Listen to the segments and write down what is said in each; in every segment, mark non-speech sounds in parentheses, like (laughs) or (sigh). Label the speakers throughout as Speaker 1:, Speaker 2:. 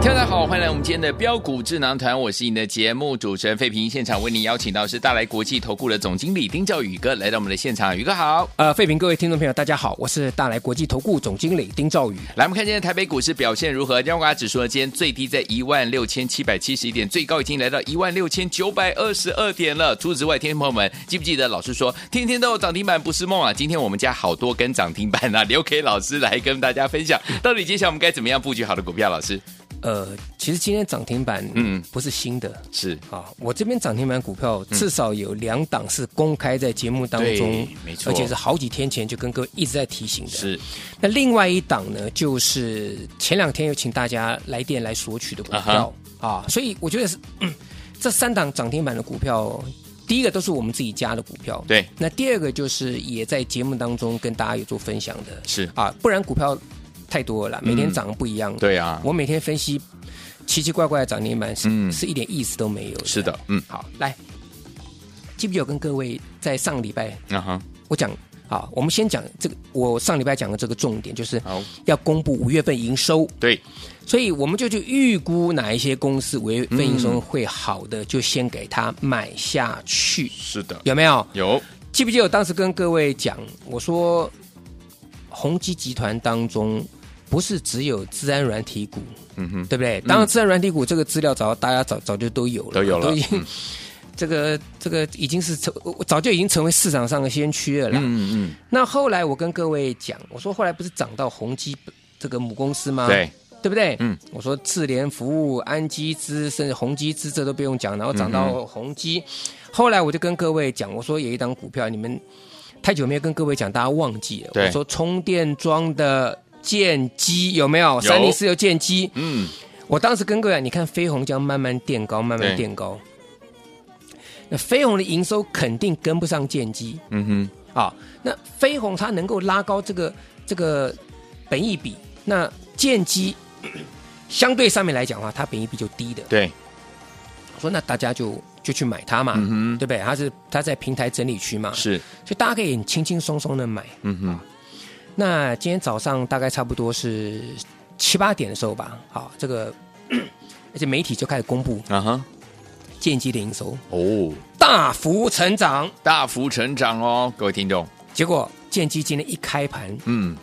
Speaker 1: 大家好，欢迎来我们今天的标股智囊团，我是你的节目主持人费平。现场为您邀请到是大来国际投顾的总经理丁兆宇哥来到我们的现场，宇哥好。
Speaker 2: 呃，费平各位听众朋友，大家好，我是大来国际投顾总经理丁兆宇。
Speaker 1: 来，我们看今天台北股市表现如何？加权指数呢，今天最低在一万六千七百七十一点，最高已经来到一万六千九百二十二点了。除此之外，听众朋友们，记不记得老师说天天都有涨停板不是梦啊？今天我们家好多根涨停板啊，留给老师来跟大家分享，到底接下来我们该怎么样布局好的股票？老师
Speaker 2: 呃，其实今天涨停板
Speaker 1: 嗯
Speaker 2: 嗯不是新的
Speaker 1: 是
Speaker 2: 啊，我这边涨停板股票至少有两档是公开在节目当中
Speaker 1: 对，没错
Speaker 2: 而且是好几天前就跟各位一直在提醒的。
Speaker 1: 是
Speaker 2: 那另外一档呢，就是前两天有请大家来电来索取的股票啊，所以我觉得是、嗯这三档涨停板的股票，第一个都是我们自己家的股票，
Speaker 1: 对
Speaker 2: 那第二个就是也在节目当中跟大家有做分享的，
Speaker 1: 是
Speaker 2: 啊，不然股票太多了啦，每天涨得不一样。
Speaker 1: 嗯对啊，
Speaker 2: 我每天分析奇奇怪怪的涨停板，是、
Speaker 1: 嗯
Speaker 2: 是一点意思都没有。
Speaker 1: 是的，嗯，
Speaker 2: 好，来，记不记得我跟各位在上个礼拜
Speaker 1: 啊哈，
Speaker 2: 我讲好，我们先讲这个，我上礼拜讲的这个重点就是
Speaker 1: 好，
Speaker 2: 要公布五月份营收，
Speaker 1: 对，
Speaker 2: 所以我们就去预估哪一些公司五月份营
Speaker 1: 嗯
Speaker 2: 收会好的，就先给它买下去，
Speaker 1: 是的，
Speaker 2: 有没有？
Speaker 1: 有，
Speaker 2: 记不记得我当时跟各位讲，我说宏基集团当中不是只有治安软体股，
Speaker 1: 嗯哼，
Speaker 2: 对不对？当然，治安软体股这个资料早大家早早就都有了，
Speaker 1: 都有了嗯
Speaker 2: 都已经、这个这个已经是成早就已经成为市场上的先驱了啦。
Speaker 1: 嗯嗯
Speaker 2: 那后来我跟各位讲，我说后来不是涨到宏基这个母公司吗？
Speaker 1: 嗯，，对，
Speaker 2: 对不对？
Speaker 1: 嗯，
Speaker 2: 我说智联服务、安基资，甚至宏基资，这都不用讲，然后涨
Speaker 1: 嗯
Speaker 2: 到宏基。后来我就跟各位讲，我说有一档股票，你们太久没有跟各位讲，大家忘记了。
Speaker 1: 对
Speaker 2: 我说充电桩的建机有没有？三零四六建机，
Speaker 1: 嗯，
Speaker 2: 我当时跟各位讲，你看飞鸿这样慢慢垫高，慢慢
Speaker 1: 对
Speaker 2: 垫高。那飞鸿的营收肯定跟不上建机，
Speaker 1: 嗯哼，
Speaker 2: 啊，那飞鸿它能够拉高这个这个本益比，那剑机咳咳相对上面来讲的话，它本益比就低的。
Speaker 1: 对，
Speaker 2: 我说那大家就就去买它嘛，
Speaker 1: 嗯哼
Speaker 2: 对不对？它是它在平台整理区嘛，，
Speaker 1: 是，
Speaker 2: 所以大家可以很轻轻松松的买。
Speaker 1: 嗯哼，
Speaker 2: 那今天早上大概差不多是七八点的时候吧，好，这个。咳咳而且媒体就开始公布
Speaker 1: 啊哈，
Speaker 2: 剑机的营收
Speaker 1: 哦，
Speaker 2: 大幅成长，
Speaker 1: 大幅成长哦，各位听众，
Speaker 2: 结果剑机今天一开盘
Speaker 1: 嗯，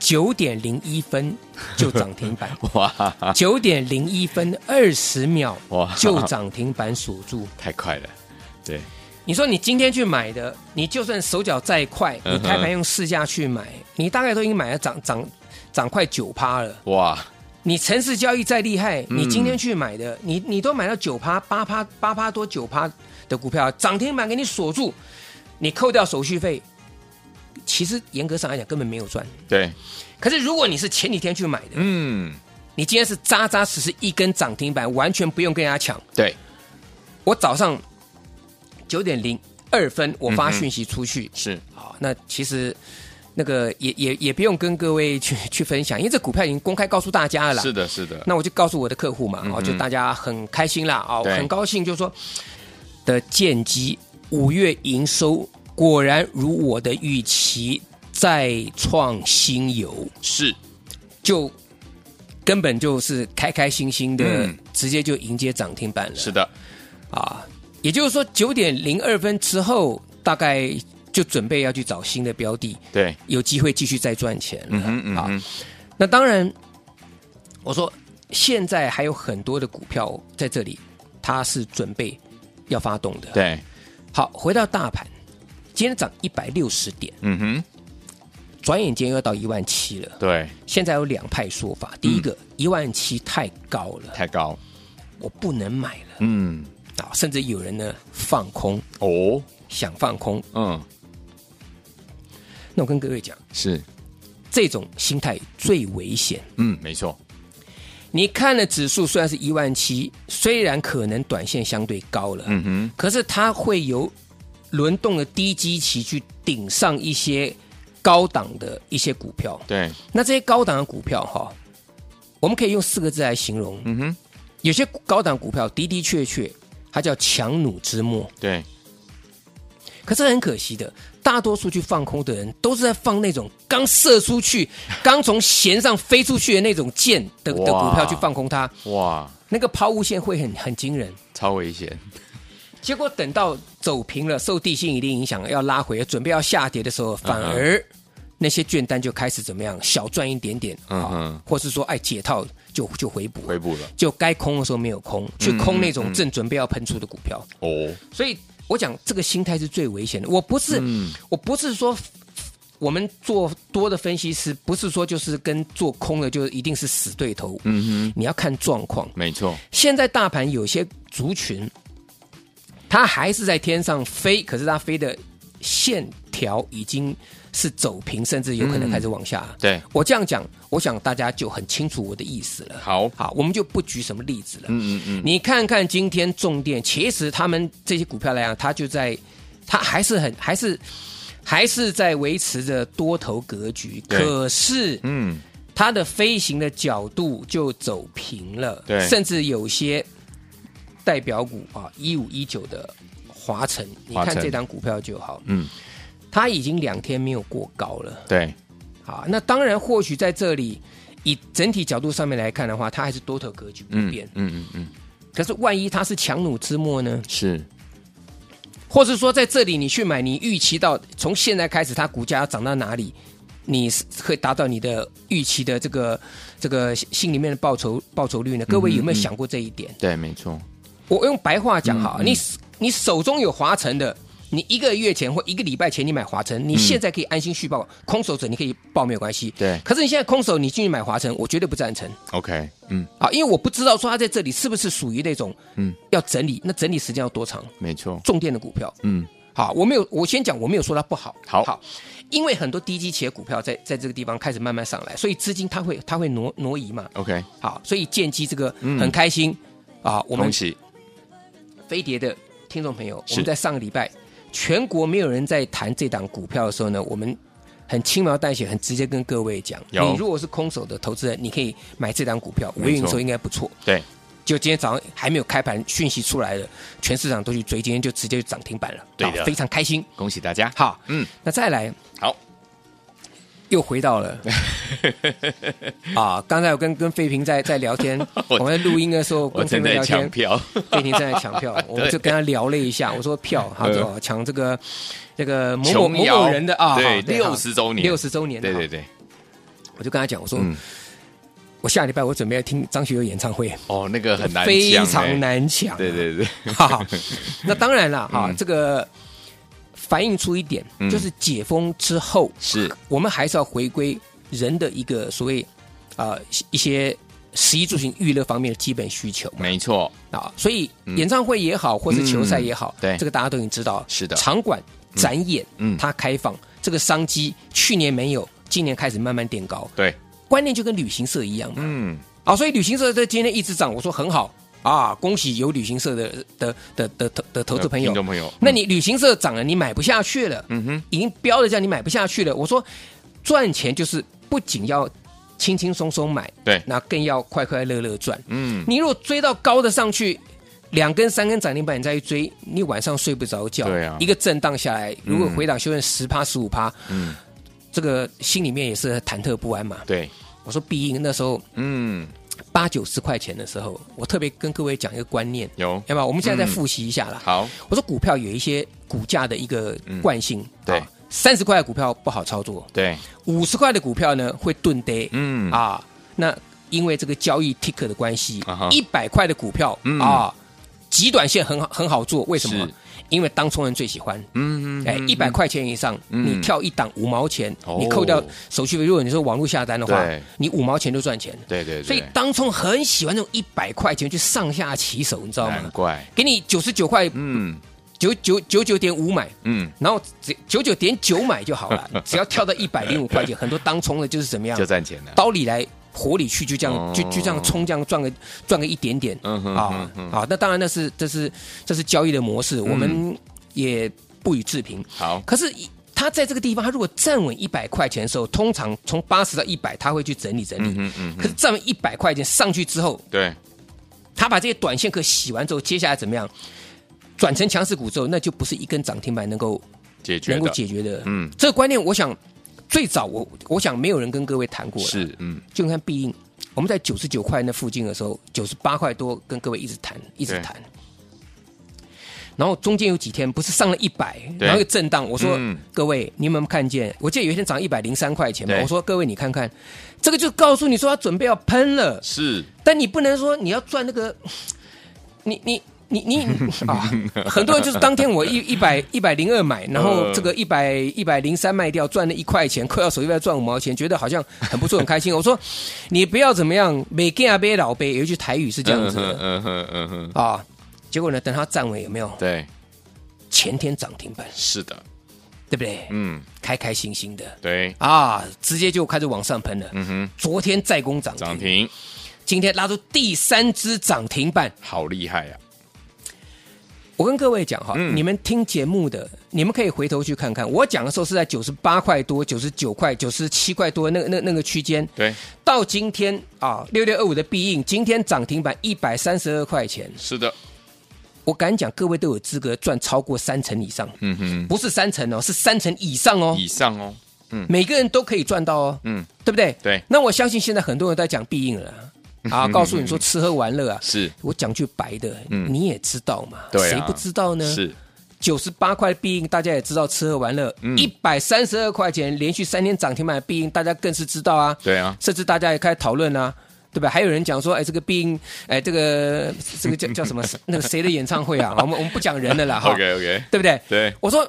Speaker 2: 九点零一分就涨停板，
Speaker 1: 哇，
Speaker 2: (laughs) 九点零一分二十秒
Speaker 1: 哇
Speaker 2: (laughs) 就涨停板锁住。
Speaker 1: 太快了，对，
Speaker 2: 你说你今天去买的，你就算手脚再快，
Speaker 1: 嗯
Speaker 2: 你
Speaker 1: 哼
Speaker 2: 开盘用市价去买，你大概都已经买了涨涨涨快九趴了。
Speaker 1: 哇，
Speaker 2: 你城市交易再厉害，
Speaker 1: 嗯
Speaker 2: 你今天去买的，你你都买到九趴、八趴、八趴多九趴的股票，涨停板给你锁住，你扣掉手续费，其实严格上来讲根本没有赚。
Speaker 1: 对，
Speaker 2: 可是如果你是前几天去买的，
Speaker 1: 嗯，
Speaker 2: 你今天是扎扎实实一根涨停板，完全不用跟人家抢。
Speaker 1: 对，
Speaker 2: 我早上九点零二
Speaker 1: 嗯
Speaker 2: 分，我发讯息出去。
Speaker 1: 是，
Speaker 2: 好，那其实那个也也也不用跟各位去 (laughs) 去分享，因为这股票已经公开告诉大家了啦。
Speaker 1: 是的，是的，
Speaker 2: 那我就告诉我的客户嘛，
Speaker 1: 嗯
Speaker 2: 哦，
Speaker 1: 哼
Speaker 2: 就大家很开心啦，哦，
Speaker 1: 对
Speaker 2: 很高兴，就说的剑机五月营收果然如我的预期，再创新游。
Speaker 1: 是，
Speaker 2: 就根本就是开开心心的，
Speaker 1: 嗯
Speaker 2: 直接就迎接涨停板了。
Speaker 1: 是的，
Speaker 2: 啊，也就是说九点零二分之后，大概就准备要去找新的标的，
Speaker 1: 对，
Speaker 2: 有机会继续再赚钱了。
Speaker 1: 嗯哼，嗯
Speaker 2: 啊，
Speaker 1: 哼，
Speaker 2: 那当然，我说现在还有很多的股票在这里，它是准备要发动的。
Speaker 1: 对，
Speaker 2: 好，回到大盘，今天涨一百六十点，
Speaker 1: 嗯哼，
Speaker 2: 转眼间又要到一万七了。
Speaker 1: 对，嗯
Speaker 2: 现在有两派说法，第一个一、万七太高了。
Speaker 1: 太高，
Speaker 2: 我不能买了
Speaker 1: 嗯，
Speaker 2: 啊，甚至有人呢放空，
Speaker 1: 哦，
Speaker 2: 想放空。
Speaker 1: 嗯，
Speaker 2: 那我跟各位讲，
Speaker 1: 是，
Speaker 2: 这种心态最危险。
Speaker 1: 嗯，没错，
Speaker 2: 你看了指数虽然是一万七，虽然可能短线相对高了，
Speaker 1: 嗯哼，
Speaker 2: 可是它会由轮动的低基期去顶上一些高档的一些股票。
Speaker 1: 对，
Speaker 2: 那这些高档的股票哈，我们可以用四个字来形容，
Speaker 1: 嗯哼，
Speaker 2: 有些高档股票的的确确，它叫强弩之末。
Speaker 1: 对，
Speaker 2: 可是很可惜的，大多数去放空的人都是在放那种刚射
Speaker 1: (laughs)
Speaker 2: 出去、刚从弦上飞出去的那种箭的的
Speaker 1: 哇
Speaker 2: 股票去放空它，
Speaker 1: 哇，
Speaker 2: 那个抛物线会很很惊人。
Speaker 1: 超危险，
Speaker 2: 结果等到走平了，受地心引力影响要拉回，准备要下跌的时候，反
Speaker 1: 嗯
Speaker 2: 而那些券单就开始怎么样，小赚一点点，
Speaker 1: 嗯
Speaker 2: 啊
Speaker 1: 哼
Speaker 2: 或是说哎解套就就回补，
Speaker 1: 回嗯补了，
Speaker 2: 就该空的时候没有空，去空那种正准备要喷出的股票。
Speaker 1: 哦，
Speaker 2: 所以我讲这个心态是最危险的。我不是，
Speaker 1: 嗯
Speaker 2: 我不是说我们做多的分析师，不是说就是跟做空的就一定是死对头。
Speaker 1: 嗯
Speaker 2: 你要看状况。
Speaker 1: 哼，没错，
Speaker 2: 现在大盘有些族群，它还是在天上飞，可是它飞的线条已经是走平，甚至有可能开始往下。
Speaker 1: 嗯对，
Speaker 2: 我这样讲，我想大家就很清楚我的意思了。
Speaker 1: 好，
Speaker 2: 好，我们就不举什么例子了。
Speaker 1: 嗯嗯嗯，
Speaker 2: 你看看今天重电，其实他们这些股票来讲，它就在，它还是很还是还是在维持着多头格局，
Speaker 1: 对
Speaker 2: 可是
Speaker 1: 嗯，
Speaker 2: 它的飞行的角度就走平了，
Speaker 1: 对
Speaker 2: 甚至有些代表股啊，一五一九的华晨，你
Speaker 1: 华
Speaker 2: 看
Speaker 1: 晨
Speaker 2: 这档股票就好，
Speaker 1: 嗯，
Speaker 2: 它已经两天没有过高了。
Speaker 1: 对，
Speaker 2: 啊，那当然，或许在这里以整体角度上面来看的话，它还是多头格局不
Speaker 1: 嗯
Speaker 2: 变。
Speaker 1: 嗯嗯嗯，
Speaker 2: 可是万一它是强弩之末呢？
Speaker 1: 是，
Speaker 2: 或是说在这里你去买，你预期到从现在开始它股价要涨到哪里，你是会达到你的预期的这个这个心里面的报酬报酬率呢？各位有没有想过这一点？
Speaker 1: 对，没错，
Speaker 2: 我用白话讲哈，
Speaker 1: 嗯嗯
Speaker 2: 你你手中有华晨的。你一个月前或一个礼拜前你买华晨，你现在可以安心续报，空手者你可以报没有关系。
Speaker 1: 对
Speaker 2: 可是你现在空手你进去买华晨，我绝对不赞成。
Speaker 1: ，OK，嗯，
Speaker 2: 啊，因为我不知道说它在这里是不是属于那种，
Speaker 1: 嗯
Speaker 2: 嗯，要整理，那整理时间要多长？
Speaker 1: 没错，
Speaker 2: 重电的股票，
Speaker 1: 嗯，
Speaker 2: 好，我没有，我先讲，我没有说它不好，
Speaker 1: 好
Speaker 2: 好，因为很多低基企业股票在在这个地方开始慢慢上来，所以资金它会它会挪挪移嘛，
Speaker 1: ，OK，
Speaker 2: 好，所以建机这个
Speaker 1: 嗯
Speaker 2: 很开心、啊，我
Speaker 1: 恭
Speaker 2: 们
Speaker 1: 喜，
Speaker 2: 飞碟的听众朋友，
Speaker 1: 是
Speaker 2: 我们在上个礼拜全国没有人在谈这档股票的时候呢，我们。很轻描淡写，很直接跟各位讲，
Speaker 1: 有
Speaker 2: 你如果是空手的投资人，你可以买这档股票，
Speaker 1: 没
Speaker 2: 我营
Speaker 1: 错
Speaker 2: 收应该不错。
Speaker 1: 对，
Speaker 2: 就今天早上还没有开盘，讯息出来了，全市场都去追，今天就直接就涨停板了，
Speaker 1: 对的
Speaker 2: 好非常开心。
Speaker 1: 恭喜大家，，
Speaker 2: 好，
Speaker 1: 嗯，
Speaker 2: 那再来
Speaker 1: 好，，
Speaker 2: 又回到了啊，刚才我跟跟费平在在聊天
Speaker 1: (laughs) 我
Speaker 2: 我们在录音的时候
Speaker 1: 我
Speaker 2: 跟费
Speaker 1: 正
Speaker 2: 平
Speaker 1: 在
Speaker 2: 聊
Speaker 1: 抢
Speaker 2: 天，
Speaker 1: 票，，
Speaker 2: (laughs) 费平正在抢票
Speaker 1: (laughs)
Speaker 2: 我们就跟他聊了一下，我说票，他说抢这个这个某某
Speaker 1: 嗯琼
Speaker 2: 某
Speaker 1: 瑶
Speaker 2: 某人的啊，
Speaker 1: 对
Speaker 2: 好
Speaker 1: 60周年
Speaker 2: 六十周年，
Speaker 1: 对对
Speaker 2: 好，
Speaker 1: 对，
Speaker 2: 我就跟他讲，我说
Speaker 1: 嗯，
Speaker 2: 我下礼拜我准备要听张学友演唱会，
Speaker 1: 哦，那个很难，欸
Speaker 2: 非常，难抢，啊
Speaker 1: 对对对，
Speaker 2: (laughs)
Speaker 1: (laughs)
Speaker 2: 哈哈，那当然了哈、
Speaker 1: 嗯
Speaker 2: 这个反映出一点，
Speaker 1: 嗯
Speaker 2: 就是解封之后，
Speaker 1: 是，
Speaker 2: 我们还是要回归人的一个所谓啊、呃一些食衣住行娱乐方面的基本需求
Speaker 1: 没错，
Speaker 2: 啊，所以演唱会也好，或是球赛也好，
Speaker 1: 嗯对
Speaker 2: 这个大家都已经知道，
Speaker 1: 是的
Speaker 2: 场馆展演，
Speaker 1: 嗯
Speaker 2: 它开放这个商机，去年没有，今年开始慢慢垫高，
Speaker 1: 对，
Speaker 2: 观念就跟旅行社一样嘛，
Speaker 1: 嗯，
Speaker 2: 啊，所以旅行社在今天一直涨，我说很好啊，恭喜有旅行社的的的的投的投资朋友
Speaker 1: 听。众朋友，
Speaker 2: 那你旅行社涨了，你买不下去了，
Speaker 1: 嗯哼，
Speaker 2: 已经标了价，你买不下去了。我说赚钱就是不仅要轻轻松松买，
Speaker 1: 对，
Speaker 2: 那更要快快乐乐赚。
Speaker 1: 嗯，
Speaker 2: 你如果追到高的上去，两根三根涨停板你再去追，你晚上睡不着觉。
Speaker 1: 对啊
Speaker 2: 一个震荡下来，如果回档修正十趴十五趴，
Speaker 1: 嗯，
Speaker 2: 这个心里面也是忐忑不安嘛。
Speaker 1: 对，
Speaker 2: 我说必应那时候
Speaker 1: 嗯，
Speaker 2: 八九十块钱的时候，我特别跟各位讲一个观念，
Speaker 1: 有，
Speaker 2: 要不要？我们现在再
Speaker 1: 嗯
Speaker 2: 复习一下啦。
Speaker 1: 好，
Speaker 2: 我说股票有一些股价的一个惯性，
Speaker 1: 嗯
Speaker 2: 啊
Speaker 1: 对
Speaker 2: 三十块的股票不好操作，
Speaker 1: 对，
Speaker 2: 五十块的股票呢会钝跌，
Speaker 1: 嗯，
Speaker 2: 啊啊，那因为这个交易 tick 的关系
Speaker 1: 啊哈，
Speaker 2: 一百块的股票、
Speaker 1: 嗯
Speaker 2: 啊，极短线很好很好做，为什么
Speaker 1: 是？
Speaker 2: 因为当冲人最喜欢，
Speaker 1: 嗯
Speaker 2: 哎，一百块钱以上，
Speaker 1: 嗯
Speaker 2: 你跳一档五毛钱
Speaker 1: 哦，
Speaker 2: 你扣掉手续费，如果你是网络下单的话
Speaker 1: 对，
Speaker 2: 你五毛钱就赚钱。
Speaker 1: 对对对，
Speaker 2: 所以当冲很喜欢那种一百块钱去上下起手，你知道
Speaker 1: 难
Speaker 2: 吗？
Speaker 1: 怪，
Speaker 2: 给你九十九块
Speaker 1: 嗯
Speaker 2: 九九九九点五买，
Speaker 1: 嗯，
Speaker 2: 然后只九九点九买就
Speaker 1: (laughs)
Speaker 2: 好了，只要跳到一百零五块钱，很多当冲的就是怎么样
Speaker 1: 就，赚钱了，
Speaker 2: 刀里来火里去，就这样、
Speaker 1: 哦
Speaker 2: 就就这样冲，这样赚个赚个一点点啊
Speaker 1: 嗯哼
Speaker 2: 啊、
Speaker 1: 嗯
Speaker 2: 那当然那是这是这是交易的模式，我
Speaker 1: 嗯
Speaker 2: 们也不予置评。
Speaker 1: 好，
Speaker 2: 可是他在这个地方，他如果站稳一百块钱的时候，通常从八十到一百，他会去整理整理。
Speaker 1: 嗯嗯
Speaker 2: 可是站稳一百块钱上去之后，
Speaker 1: 对，
Speaker 2: 他把这些短线客洗完之后，接下来怎么样？转成强势股之后，那就不是一根涨停板能够
Speaker 1: 解决
Speaker 2: 能够
Speaker 1: 的，
Speaker 2: 解决的。
Speaker 1: 嗯，
Speaker 2: 这个观念，我想最早我我想没有人跟各位谈过了。
Speaker 1: 是，嗯，
Speaker 2: 就看必应，我们在九十九块那附近的时候，九十八块多跟各位一直谈，一直谈。然后中间有几天不是上了一百，
Speaker 1: 对
Speaker 2: 然后又震荡。我说、
Speaker 1: 嗯
Speaker 2: 各位，你有没有看见？我记得有一天涨一百零三块钱嘛。
Speaker 1: 对
Speaker 2: 我说各位，你看看，这个就告诉你说它准备要喷了，
Speaker 1: 是，
Speaker 2: 但你不能说你要赚那个，你你。你你啊，很多人就是当天我一一百一百零二买，然后
Speaker 1: 呃
Speaker 2: 这个一百一百零三卖掉，赚了一块钱，扣掉手续费赚五毛钱，觉得好像很不错，很
Speaker 1: (laughs)
Speaker 2: 开心。我说你不要怎么样，每给啊杯老杯，有一句台语是这样子的
Speaker 1: 嗯哼嗯哼，
Speaker 2: 啊。结果呢，等它站稳有没有？
Speaker 1: 对，
Speaker 2: 前天涨停板，
Speaker 1: 是的，
Speaker 2: 对不对？
Speaker 1: 嗯，
Speaker 2: 开开心心的
Speaker 1: 对，
Speaker 2: 啊，直接就开始往上喷了。
Speaker 1: 嗯哼，
Speaker 2: 昨天再攻涨
Speaker 1: 涨
Speaker 2: 停，
Speaker 1: 停，
Speaker 2: 今天拉出第三只涨停板，
Speaker 1: 好厉害啊呀，
Speaker 2: 我跟各位讲哈，
Speaker 1: 嗯
Speaker 2: 你们听节目的，你们可以回头去看看。我讲的时候是在九十八块多、九十九块、九十七块多那个那那个区间，
Speaker 1: 对，
Speaker 2: 到今天啊六六二五的必应，今天涨停板一百三十二块钱，
Speaker 1: 是的，
Speaker 2: 我敢讲，各位都有资格赚超过三成以上，
Speaker 1: 嗯哼，
Speaker 2: 不是三成哦，是三成以上哦，
Speaker 1: 以上哦，
Speaker 2: 每个人都可以赚到哦，
Speaker 1: 嗯，
Speaker 2: 对不对？
Speaker 1: 对嗯
Speaker 2: 那我相信现在很多人都在讲必应了啊，啊，告诉你说吃喝玩乐啊，
Speaker 1: 是
Speaker 2: 我讲句白的，
Speaker 1: 嗯
Speaker 2: 你也知道嘛，
Speaker 1: 对啊
Speaker 2: 谁不知道呢？
Speaker 1: 是，
Speaker 2: 九十八块必应，大家也知道吃喝玩乐，
Speaker 1: 嗯
Speaker 2: 一百三十二块钱连续三天涨停板的必应，大家更是知道啊，
Speaker 1: 对啊，
Speaker 2: 甚至大家也开始讨论啊。对吧？还有人讲说，哎，这个必应，哎，这个这个叫叫
Speaker 1: (laughs)
Speaker 2: 什么？那个谁的演唱会啊？我们我们不讲人的啦，哈
Speaker 1: OK OK，
Speaker 2: 对不对？
Speaker 1: 对
Speaker 2: 我说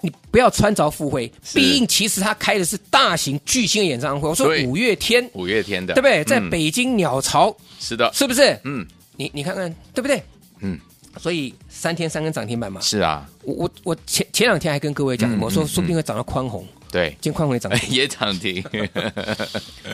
Speaker 2: 你不要穿着附会，必应其实他开的是大型巨星的演唱会。我说
Speaker 1: 对
Speaker 2: 五月天，
Speaker 1: 五月天的，
Speaker 2: 对不对？在
Speaker 1: 嗯，
Speaker 2: 北京鸟巢，
Speaker 1: 是的，
Speaker 2: 是不是？
Speaker 1: 嗯，
Speaker 2: 你你看看，对不对？
Speaker 1: 嗯，
Speaker 2: 所以三天三根涨停板嘛，
Speaker 1: 是啊，
Speaker 2: 我我我前前两天还跟各位讲，
Speaker 1: 嗯
Speaker 2: 我说
Speaker 1: 嗯哎
Speaker 2: 说不定会涨到宽红，
Speaker 1: 对， (laughs)
Speaker 2: 今天宽红也涨停。
Speaker 1: 也涨
Speaker 2: (laughs)
Speaker 1: 停，哎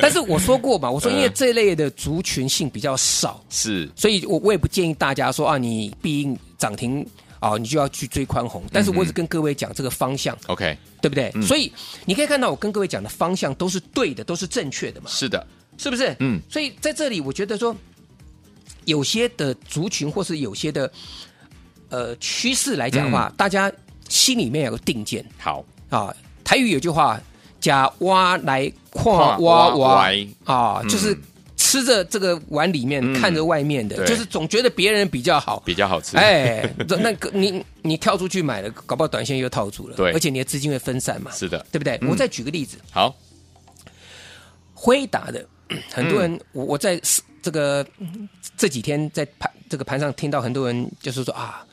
Speaker 2: 但是我说过嘛，
Speaker 1: 嗯
Speaker 2: 我说因为这类的族群性比较少，
Speaker 1: 是，
Speaker 2: 所以我我也不建议大家说啊，你必应涨停啊、你就要去追宽红。但是
Speaker 1: 嗯
Speaker 2: 我只跟各位讲这个方向，
Speaker 1: OK，
Speaker 2: 对不对？
Speaker 1: 嗯
Speaker 2: 所以你可以看到我跟各位讲的方向都是对的，都是正确的嘛，
Speaker 1: 是的，
Speaker 2: 是不是？
Speaker 1: 嗯，
Speaker 2: 所以在这里我觉得说，有些的族群或是有些的呃趋势来讲的话，大家心里面有个定见。
Speaker 1: 好，
Speaker 2: 啊，台语有句话，假蛙来
Speaker 1: 看蛙
Speaker 2: 跨蛙蛙
Speaker 1: 歪
Speaker 2: 啊，
Speaker 1: 嗯
Speaker 2: 就是吃着这个碗里面，
Speaker 1: 嗯
Speaker 2: 看着外面的，
Speaker 1: 对
Speaker 2: 就是总觉得别人比较好。
Speaker 1: 比较好吃，，
Speaker 2: 哎，这那个你你跳出去买了，搞不好短线又套住了，
Speaker 1: 对
Speaker 2: 而且你的资金会分散嘛，
Speaker 1: 是的，
Speaker 2: 对不对？
Speaker 1: 嗯
Speaker 2: 我再举个例子，
Speaker 1: 好，
Speaker 2: 辉达的
Speaker 1: 嗯
Speaker 2: 很多人，我我在这个这几天在盘这个盘上听到很多人就是说啊，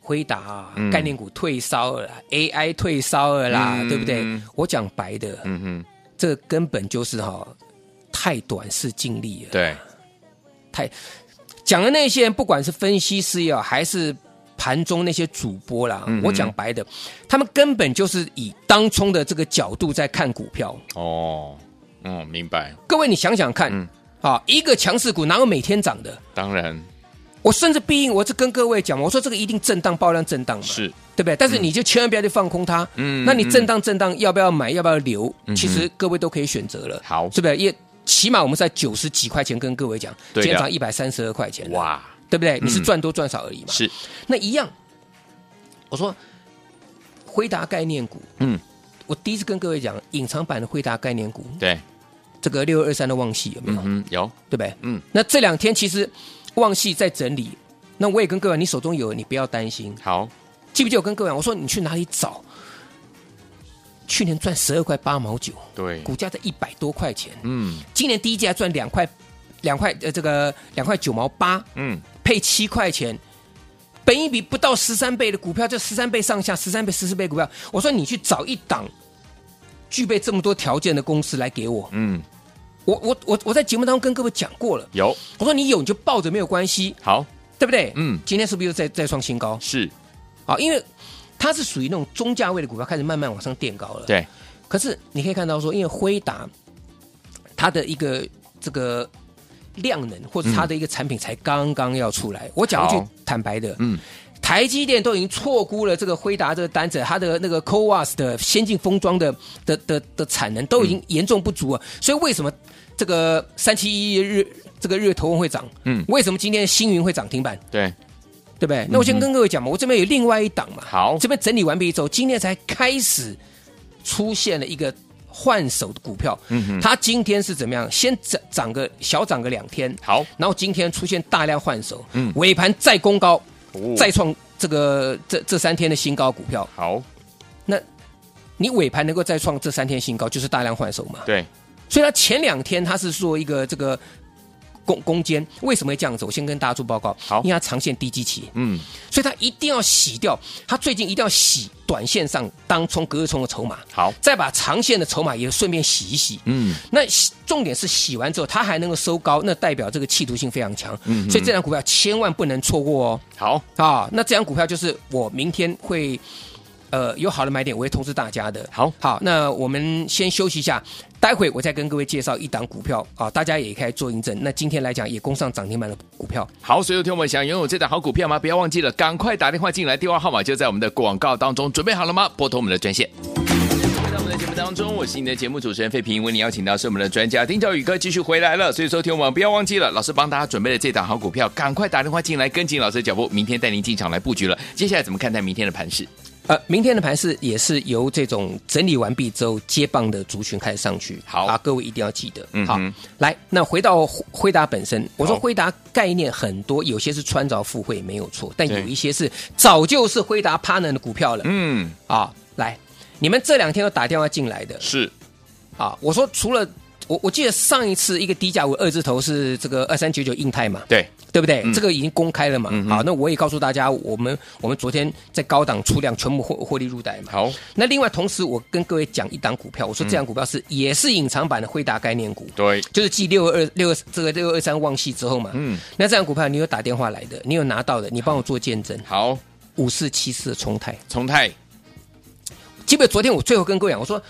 Speaker 2: 辉达啊
Speaker 1: 嗯
Speaker 2: 概念股退烧了啦，AI 退烧了啦，
Speaker 1: 嗯
Speaker 2: 对不对？我讲白的，
Speaker 1: 嗯哼，
Speaker 2: 这根本就是哈、太短视近利了。
Speaker 1: 对，
Speaker 2: 太讲的那些人，不管是分析师也好，还是盘中那些主播啦，
Speaker 1: 嗯哼
Speaker 2: 我讲白的，他们根本就是以当冲的这个角度在看股票。
Speaker 1: 哦，嗯，明白，
Speaker 2: 各位，你想想看，
Speaker 1: 嗯
Speaker 2: 啊，一个强势股哪有每天涨的？
Speaker 1: 当然
Speaker 2: 我甚至必应，我是跟各位讲，我说这个一定震荡爆量震荡嘛，
Speaker 1: 是，
Speaker 2: 对不对？但是你就千万不要去放空它。
Speaker 1: 嗯
Speaker 2: 那你震
Speaker 1: 荡
Speaker 2: 荡震荡，要不要买？要不要留？
Speaker 1: 嗯哼
Speaker 2: 其实各位都可以选择了，
Speaker 1: 好，
Speaker 2: 是不是？也起码我们在九十几块钱跟各位讲，
Speaker 1: 对的
Speaker 2: 今天涨一百三十二块钱，哇，啊
Speaker 1: 哇，
Speaker 2: 对不对？
Speaker 1: 嗯
Speaker 2: 你是赚多赚少而已嘛。
Speaker 1: 是，
Speaker 2: 那一样，我说辉达概念股，
Speaker 1: 嗯，
Speaker 2: 我第一次跟各位讲，隐藏版的辉达概念股，
Speaker 1: 对，
Speaker 2: 这个六二三的旺系有没
Speaker 1: 嗯
Speaker 2: 有？
Speaker 1: 哼，有，
Speaker 2: 对不对？
Speaker 1: 嗯，
Speaker 2: 那这两天其实旺系在整理，那我也跟各位，你手中有，你不要担心。
Speaker 1: 好，
Speaker 2: 记不记得我跟各位讲，我说你去哪里找？去年赚十二块八毛九，
Speaker 1: 对，
Speaker 2: 股价在一百多块钱，
Speaker 1: 嗯
Speaker 2: 今年第一季还赚两块，两块呃这个两块九毛八，
Speaker 1: 嗯，
Speaker 2: 配七块钱，本一比不到十三倍的股票，就十三倍上下，十三倍、十四倍股票，我说你去找一档具备这么多条件的公司来给我。
Speaker 1: 嗯，
Speaker 2: 我我我我在节目当中跟各位讲过了，
Speaker 1: 有
Speaker 2: 我说你有你就抱着没有关系，
Speaker 1: 好
Speaker 2: 对不对？
Speaker 1: 嗯
Speaker 2: 今天是不是又再再创新高
Speaker 1: 是，
Speaker 2: 啊？因为它是属于那种中价位的股票，开始慢慢往上垫高了。
Speaker 1: 对，
Speaker 2: 可是你可以看到说，因为辉达它的一个这个量能或者它的一个产品才刚刚要出来，我讲一句
Speaker 1: 好
Speaker 2: 坦白的，
Speaker 1: 嗯，
Speaker 2: 台积电都已经错估了这个辉达这个单子，它的那个 CoWAS 的先进封装的的的的产能都
Speaker 1: 嗯
Speaker 2: 已经严重不足了，所以为什么这个三七一日这个日头会涨？
Speaker 1: 嗯
Speaker 2: 为什么今天星云会涨停板？
Speaker 1: 对，
Speaker 2: 对不对？那我先跟各位讲嘛，我这边有另外一档嘛，
Speaker 1: 嗯好
Speaker 2: 这边整理完毕之后，今天才开始出现了一个换手的股票，
Speaker 1: 嗯哼
Speaker 2: 它今天是怎么样？先涨涨个小涨个两天，
Speaker 1: 好，
Speaker 2: 然后今天出现大量换手，
Speaker 1: 嗯
Speaker 2: 尾盘再攻高，
Speaker 1: 哦
Speaker 2: 再创这个这这三天的新高股票，
Speaker 1: 好，
Speaker 2: 你尾盘能够再创这三天新高，就是大量换手嘛。
Speaker 1: 对，
Speaker 2: 所以它前两天它是做一个这个攻攻坚，为什么会这样子？我先跟大家做报告，
Speaker 1: 好
Speaker 2: 因为它长线低基期，
Speaker 1: 嗯，
Speaker 2: 所以它一定要洗掉，它最近一定要洗短线上当冲隔日冲的筹码，
Speaker 1: 好，
Speaker 2: 再把长线的筹码也顺便洗一洗。
Speaker 1: 嗯，
Speaker 2: 那洗重点是洗完之后，它还能够收高，那代表这个企图性非常强。
Speaker 1: 嗯哼
Speaker 2: 所以这张股票千万不能错过哦。
Speaker 1: 好，
Speaker 2: 啊，那这张股票就是我明天会。呃，有好的买点，我会通知大家的。
Speaker 1: 好
Speaker 2: 好，那我们先休息一下，待会我再跟各位介绍一档股票啊，大家也可以做印证。那今天来讲也攻上涨停板的股票，
Speaker 1: 好，所有听我们想拥有这档好股票吗？不要忘记了，赶快打电话进来，电话号码就在我们的广告当中。准备好了吗？拨通我们的专线。回到我们的节目当中，我是你的节目主持人费平，为你邀请到是我们的专家丁兆宇哥继续回来了，所以说听我们不要忘记了，老师帮大家准备的这档好股票，赶快打电话进来跟紧老师的脚步，明天带您进场来布局了。接下来怎么看待明天的盘势？
Speaker 2: 呃，明天的盘市也是由这种整理完毕之后接棒的族群开始上去。
Speaker 1: 好
Speaker 2: 啊，各位一定要记得。
Speaker 1: 嗯
Speaker 2: 好
Speaker 1: 哼，
Speaker 2: 来，那回到辉辉达本身，我说
Speaker 1: 好
Speaker 2: 辉达概念很多，有些是穿着附会没有错，但
Speaker 1: 对
Speaker 2: 有一些是早就是辉达 partner 的股票了。
Speaker 1: 嗯，
Speaker 2: 啊，来，你们这两天都打电话进来的
Speaker 1: 是
Speaker 2: 啊，我说除了我我记得上一次一个低价股二字头是这个二三九九印泰嘛，
Speaker 1: 对，
Speaker 2: 对不对？
Speaker 1: 嗯
Speaker 2: 这个已经公开了嘛。
Speaker 1: 嗯哼
Speaker 2: 好，那我也告诉大家，我们我们昨天在高档出量全部获获利入袋嘛。
Speaker 1: 好，
Speaker 2: 那另外，同时我跟各位讲一档股票，我说这档股票是、
Speaker 1: 嗯
Speaker 2: 也是隐藏版的辉达概念股，
Speaker 1: 对，
Speaker 2: 就是继六二六这个六二三旺系之后嘛。
Speaker 1: 嗯，
Speaker 2: 那这档股票你有打电话来的，你有拿到的，你帮我做见证，
Speaker 1: 好，
Speaker 2: 五四七四的冲泰。
Speaker 1: 重泰，
Speaker 2: 基本昨天我最后跟各位讲，我说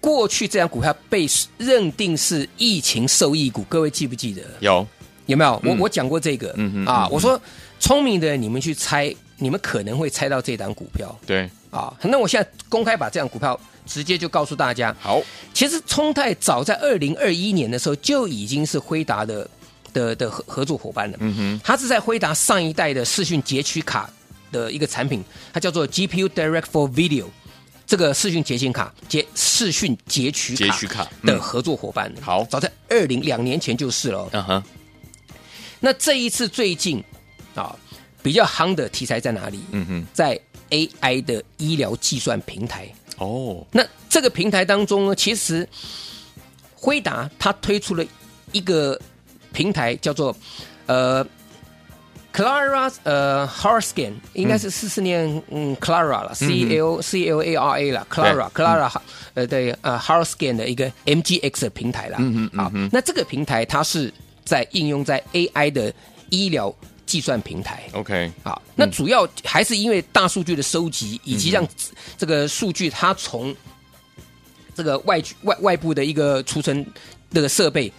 Speaker 2: 过去这档股票被认定是疫情受益股，各位记不记得？
Speaker 1: 有，
Speaker 2: 有没有？我、
Speaker 1: 嗯
Speaker 2: 我讲过这个，
Speaker 1: 嗯哼嗯
Speaker 2: 啊，
Speaker 1: 哼
Speaker 2: 我说聪明的人你们去猜，你们可能会猜到这档股票
Speaker 1: 对，
Speaker 2: 啊。那我现在公开把这档股票直接就告诉大家，
Speaker 1: 好，
Speaker 2: 其实冲泰早在二零二一年的时候就已经是辉达的的的合合作伙伴了。
Speaker 1: 嗯哼，
Speaker 2: 它是在辉达上一代的视讯截取卡的一个产品，它叫做 GPU Direct for Video 这个视讯截取卡截视讯截取卡
Speaker 1: 截取卡嗯
Speaker 2: 的合作伙伴。
Speaker 1: 好
Speaker 2: 早在二零两年前就是了哦。
Speaker 1: 嗯哼，
Speaker 2: 那这一次最近啊，比较夯的题材在哪里？
Speaker 1: 嗯哼，
Speaker 2: 在 AI 的医疗计算平台。
Speaker 1: 哦，
Speaker 2: 那这个平台当中呢，其实呃辉达它推出了一个平台，叫做呃 Clara 呃 Harskin，应该是是是念嗯 Clara 了，C L C L A R A 啦
Speaker 1: 嗯
Speaker 2: ，Clara Clara 呃对呃 Harskin 的一个 MGX 的平台啦。
Speaker 1: 嗯哼
Speaker 2: 好，那这个平台它是在应用在 AI 的医疗计算平台。
Speaker 1: ，OK，
Speaker 2: 好，
Speaker 1: 嗯
Speaker 2: 那主要还是因为大数据的收集，以及让这个数据它从这个外局外外部的一个储存这个设备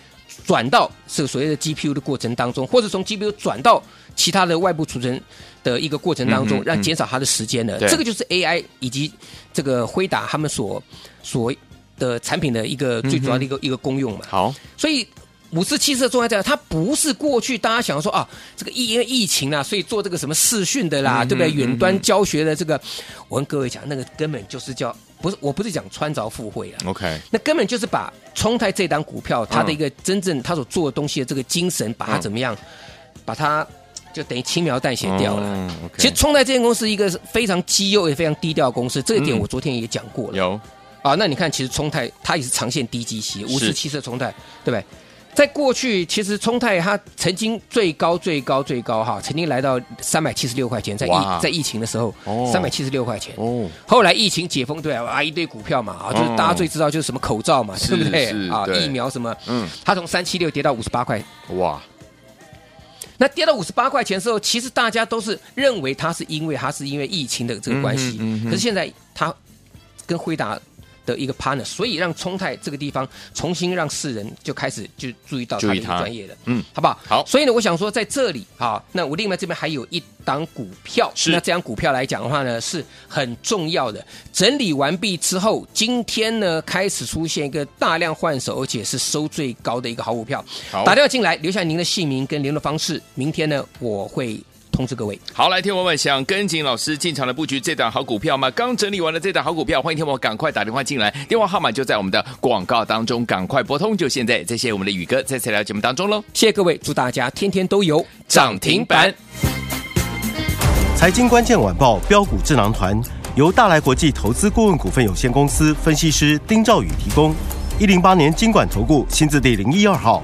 Speaker 2: 转到这个所谓的 GPU 的过程当中，或者从 GPU 转到其他的外部储存的一个过程当
Speaker 1: 嗯
Speaker 2: 中
Speaker 1: 哼，
Speaker 2: 让减少它的时间的。
Speaker 1: 对
Speaker 2: 这个就是 AI 以及这个辉达他们所所的产品的一
Speaker 1: 嗯
Speaker 2: 个最主要的一个一个功用嘛。
Speaker 1: 好，
Speaker 2: 所以五四七四的重要在哪？它不是过去大家想说啊，这个疫因为疫情啊，所以做这个什么视讯的啦，
Speaker 1: 嗯哼
Speaker 2: 对不对？远
Speaker 1: 嗯
Speaker 2: 端
Speaker 1: 哼
Speaker 2: 教学的这个，我跟各位讲，那个根本就是叫不是，我不是讲穿着附会啊。
Speaker 1: OK，
Speaker 2: 那根本就是把冲泰这档股票，它的一个真正它所做的东西的这个精神，把它
Speaker 1: 嗯
Speaker 2: 怎么样，把它就等于轻描淡写掉了。
Speaker 1: 嗯，OK，
Speaker 2: 其实冲泰这间公司是一个非常机优也非常低调的公司，这一点
Speaker 1: 嗯
Speaker 2: 我昨天也讲过了。
Speaker 1: 有，
Speaker 2: 啊，那你看，其实冲泰它也是长线低基期，五
Speaker 1: 是
Speaker 2: 十七色冲泰，对不对？在过去，其实冲泰它曾经最高、最高、最高哈，曾经来到三百七十六块钱，在
Speaker 1: 哇
Speaker 2: 疫在疫情的时候
Speaker 1: 哦，
Speaker 2: 三百七十六块钱。
Speaker 1: 哦，
Speaker 2: 后来疫情解封，对啊，哇一堆股票嘛，啊，就是
Speaker 1: 嗯
Speaker 2: 大家最知道就是什么口罩嘛，
Speaker 1: 是
Speaker 2: 对不对
Speaker 1: 是
Speaker 2: 啊？
Speaker 1: 对
Speaker 2: 疫苗什么，
Speaker 1: 嗯
Speaker 2: 嗯，它从三七六跌到五十八块，
Speaker 1: 哇，
Speaker 2: 那跌到五十八块钱之后，其实大家都是认为它是因为它是因为疫情的这个关系，
Speaker 1: 嗯哼嗯哼
Speaker 2: 可是现在它跟辉达的一个 partner，所以让冲泰这个地方重新让世人就开始就注意到它
Speaker 1: 注
Speaker 2: 的
Speaker 1: 意
Speaker 2: 一个
Speaker 1: 它
Speaker 2: 专业了，
Speaker 1: 嗯，
Speaker 2: 好不好？
Speaker 1: 好
Speaker 2: 所以呢，我想说在这里啊，那我另外这边还有一档股票，
Speaker 1: 是
Speaker 2: 那这档股票来讲的话呢，是很重要的。整理完毕之后，今天呢开始出现一个大量换手，而且是收最高的一个好股票。
Speaker 1: 好
Speaker 2: 打电话进来，留下您的姓名跟联络方式，明天呢我会通知各位。
Speaker 1: 好，来，天王们想跟紧老师进场的布局这档好股票吗？刚整理完了这档好股票，欢迎天王赶快打电话进来，电话号码就在我们的广告当中，赶快拨通，就现在！再谢谢我们的宇哥在这条节目当中喽，
Speaker 2: 谢谢各位，祝大家天天都有
Speaker 1: 涨停板。
Speaker 3: 财经关键晚报标股智囊团由大来国际投资顾问股份有限公司分析师丁兆宇提供。一零八年经管投顾新字第零一二号。